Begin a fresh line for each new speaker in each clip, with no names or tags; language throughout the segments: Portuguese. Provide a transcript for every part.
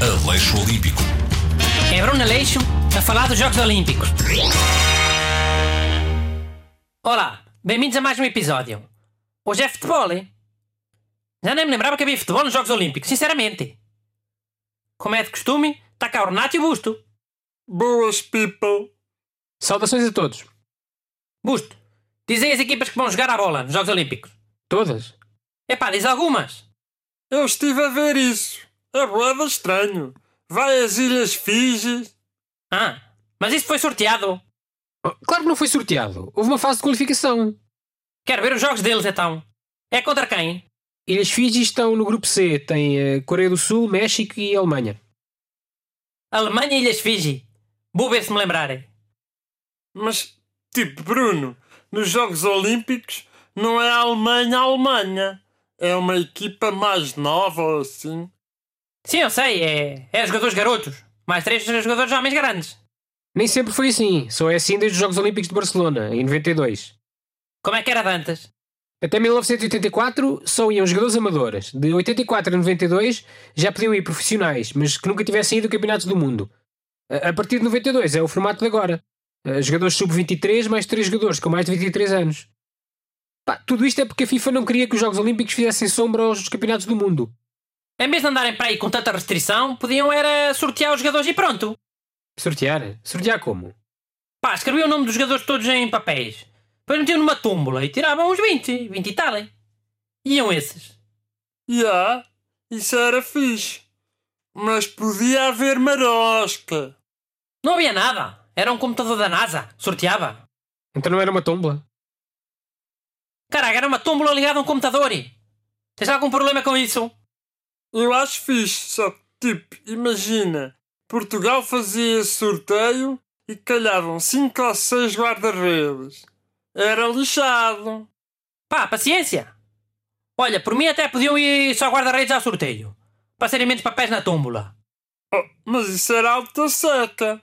Aleixo Olímpico.
É Bruno Aleixo a falar dos Jogos Olímpicos. Olá, bem-vindos a mais um episódio. Hoje é futebol, hein? Já nem me lembrava que havia futebol nos Jogos Olímpicos, sinceramente. Como é de costume, está cá o Renato e o Busto.
Boas, people. Saudações a todos.
Busto, dizem as equipas que vão jogar à bola nos Jogos Olímpicos.
Todas.
Epá, diz algumas.
Eu estive a ver isso. É boada estranho. Vai às Ilhas Fiji.
Ah, mas isso foi sorteado.
Claro que não foi sorteado. Houve uma fase de qualificação.
Quero ver os jogos deles então. É contra quem?
Ilhas Fiji estão no grupo C. Tem eh, Coreia do Sul, México e Alemanha.
Alemanha e Ilhas Fiji. Vou ver se me lembrarem.
Mas, tipo, Bruno, nos Jogos Olímpicos não é a Alemanha a Alemanha. É uma equipa mais nova, ou assim.
Sim, eu sei, é, é jogadores garotos. Mais três jogadores homens grandes.
Nem sempre foi assim. Só é assim desde os Jogos Olímpicos de Barcelona, em 92.
Como é que era de antes?
Até 1984 só iam jogadores amadores. De 84 a 92 já podiam ir profissionais, mas que nunca tivessem ido a campeonatos do mundo. A a partir de 92 é o formato de agora. Eh, Jogadores sub-23 mais 3 jogadores com mais de 23 anos. Pá, tudo isto é porque a FIFA não queria que os Jogos Olímpicos fizessem sombra aos campeonatos do mundo.
Em vez de andarem para aí com tanta restrição, podiam era sortear os jogadores e pronto.
Sortear? Sortear como?
Pá, escreviam o nome dos jogadores todos em papéis. Depois metiam numa túmbula e tiravam uns 20, 20 e tal. hein? Iam esses.
E há, isso era fixe. Mas podia haver marosca.
Não havia nada. Era um computador da NASA. Sorteava.
Então não era uma tombola?
Caraca, era uma túmbula ligada a um computador. Tens algum problema com isso?
Eu acho fixe, só que, tipo, imagina, Portugal fazia esse sorteio e calhavam cinco ou seis guarda-redes. Era lixado.
Pá, paciência. Olha, por mim até podiam ir só guarda-redes ao sorteio. Para serem menos papéis na túmbula.
Oh, mas isso era alta seca.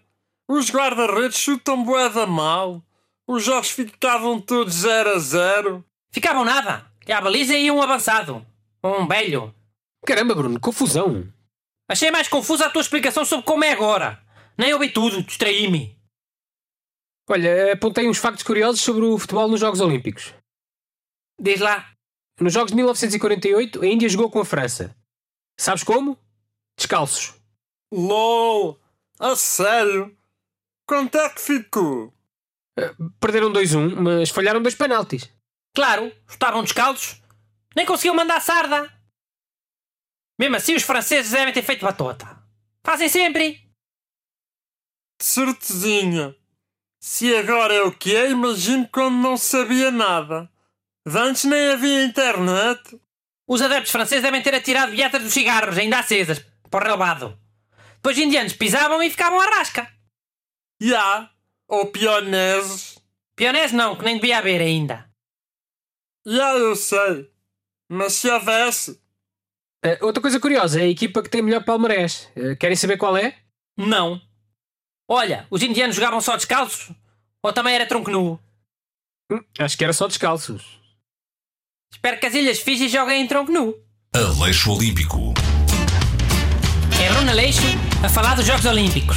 Os guarda-redes chutam boeda mal. Os jogos ficavam todos 0 a 0.
Ficavam nada. Que a baliza e um avançado. Ou um velho.
Caramba, Bruno, confusão!
Achei mais confusa a tua explicação sobre como é agora. Nem ouvi tudo, distraí-me.
Olha, apontei uns factos curiosos sobre o futebol nos Jogos Olímpicos.
Diz lá.
Nos Jogos de 1948, a Índia jogou com a França. Sabes como? Descalços.
LOL! A sério? Quanto é que ficou?
Perderam 2-1, mas falharam dois penaltis.
Claro, estavam descalços. Nem conseguiam mandar sarda. Mesmo assim, os franceses devem ter feito batota. Fazem sempre.
De certezinha. Se agora é o que é, imagino quando não sabia nada. De antes nem havia internet.
Os adeptos franceses devem ter atirado bilhetas dos cigarros, ainda acesas, para o relevado. Depois indianos pisavam e ficavam à rasca.
E há, ou pioneses.
Pionés não, que nem devia haver ainda.
Já eu sei. Mas se houvesse,
Ah, outra coisa curiosa é a equipa que tem melhor palmarés. Ah, querem saber qual é?
Não. Olha, os indianos jogavam só descalços? Ou também era tronco nu?
Hum, acho que era só descalços.
Espero que as Ilhas Fiji joguem em tronco nu.
Aleixo Olímpico.
É Bruno Aleixo a falar dos Jogos Olímpicos.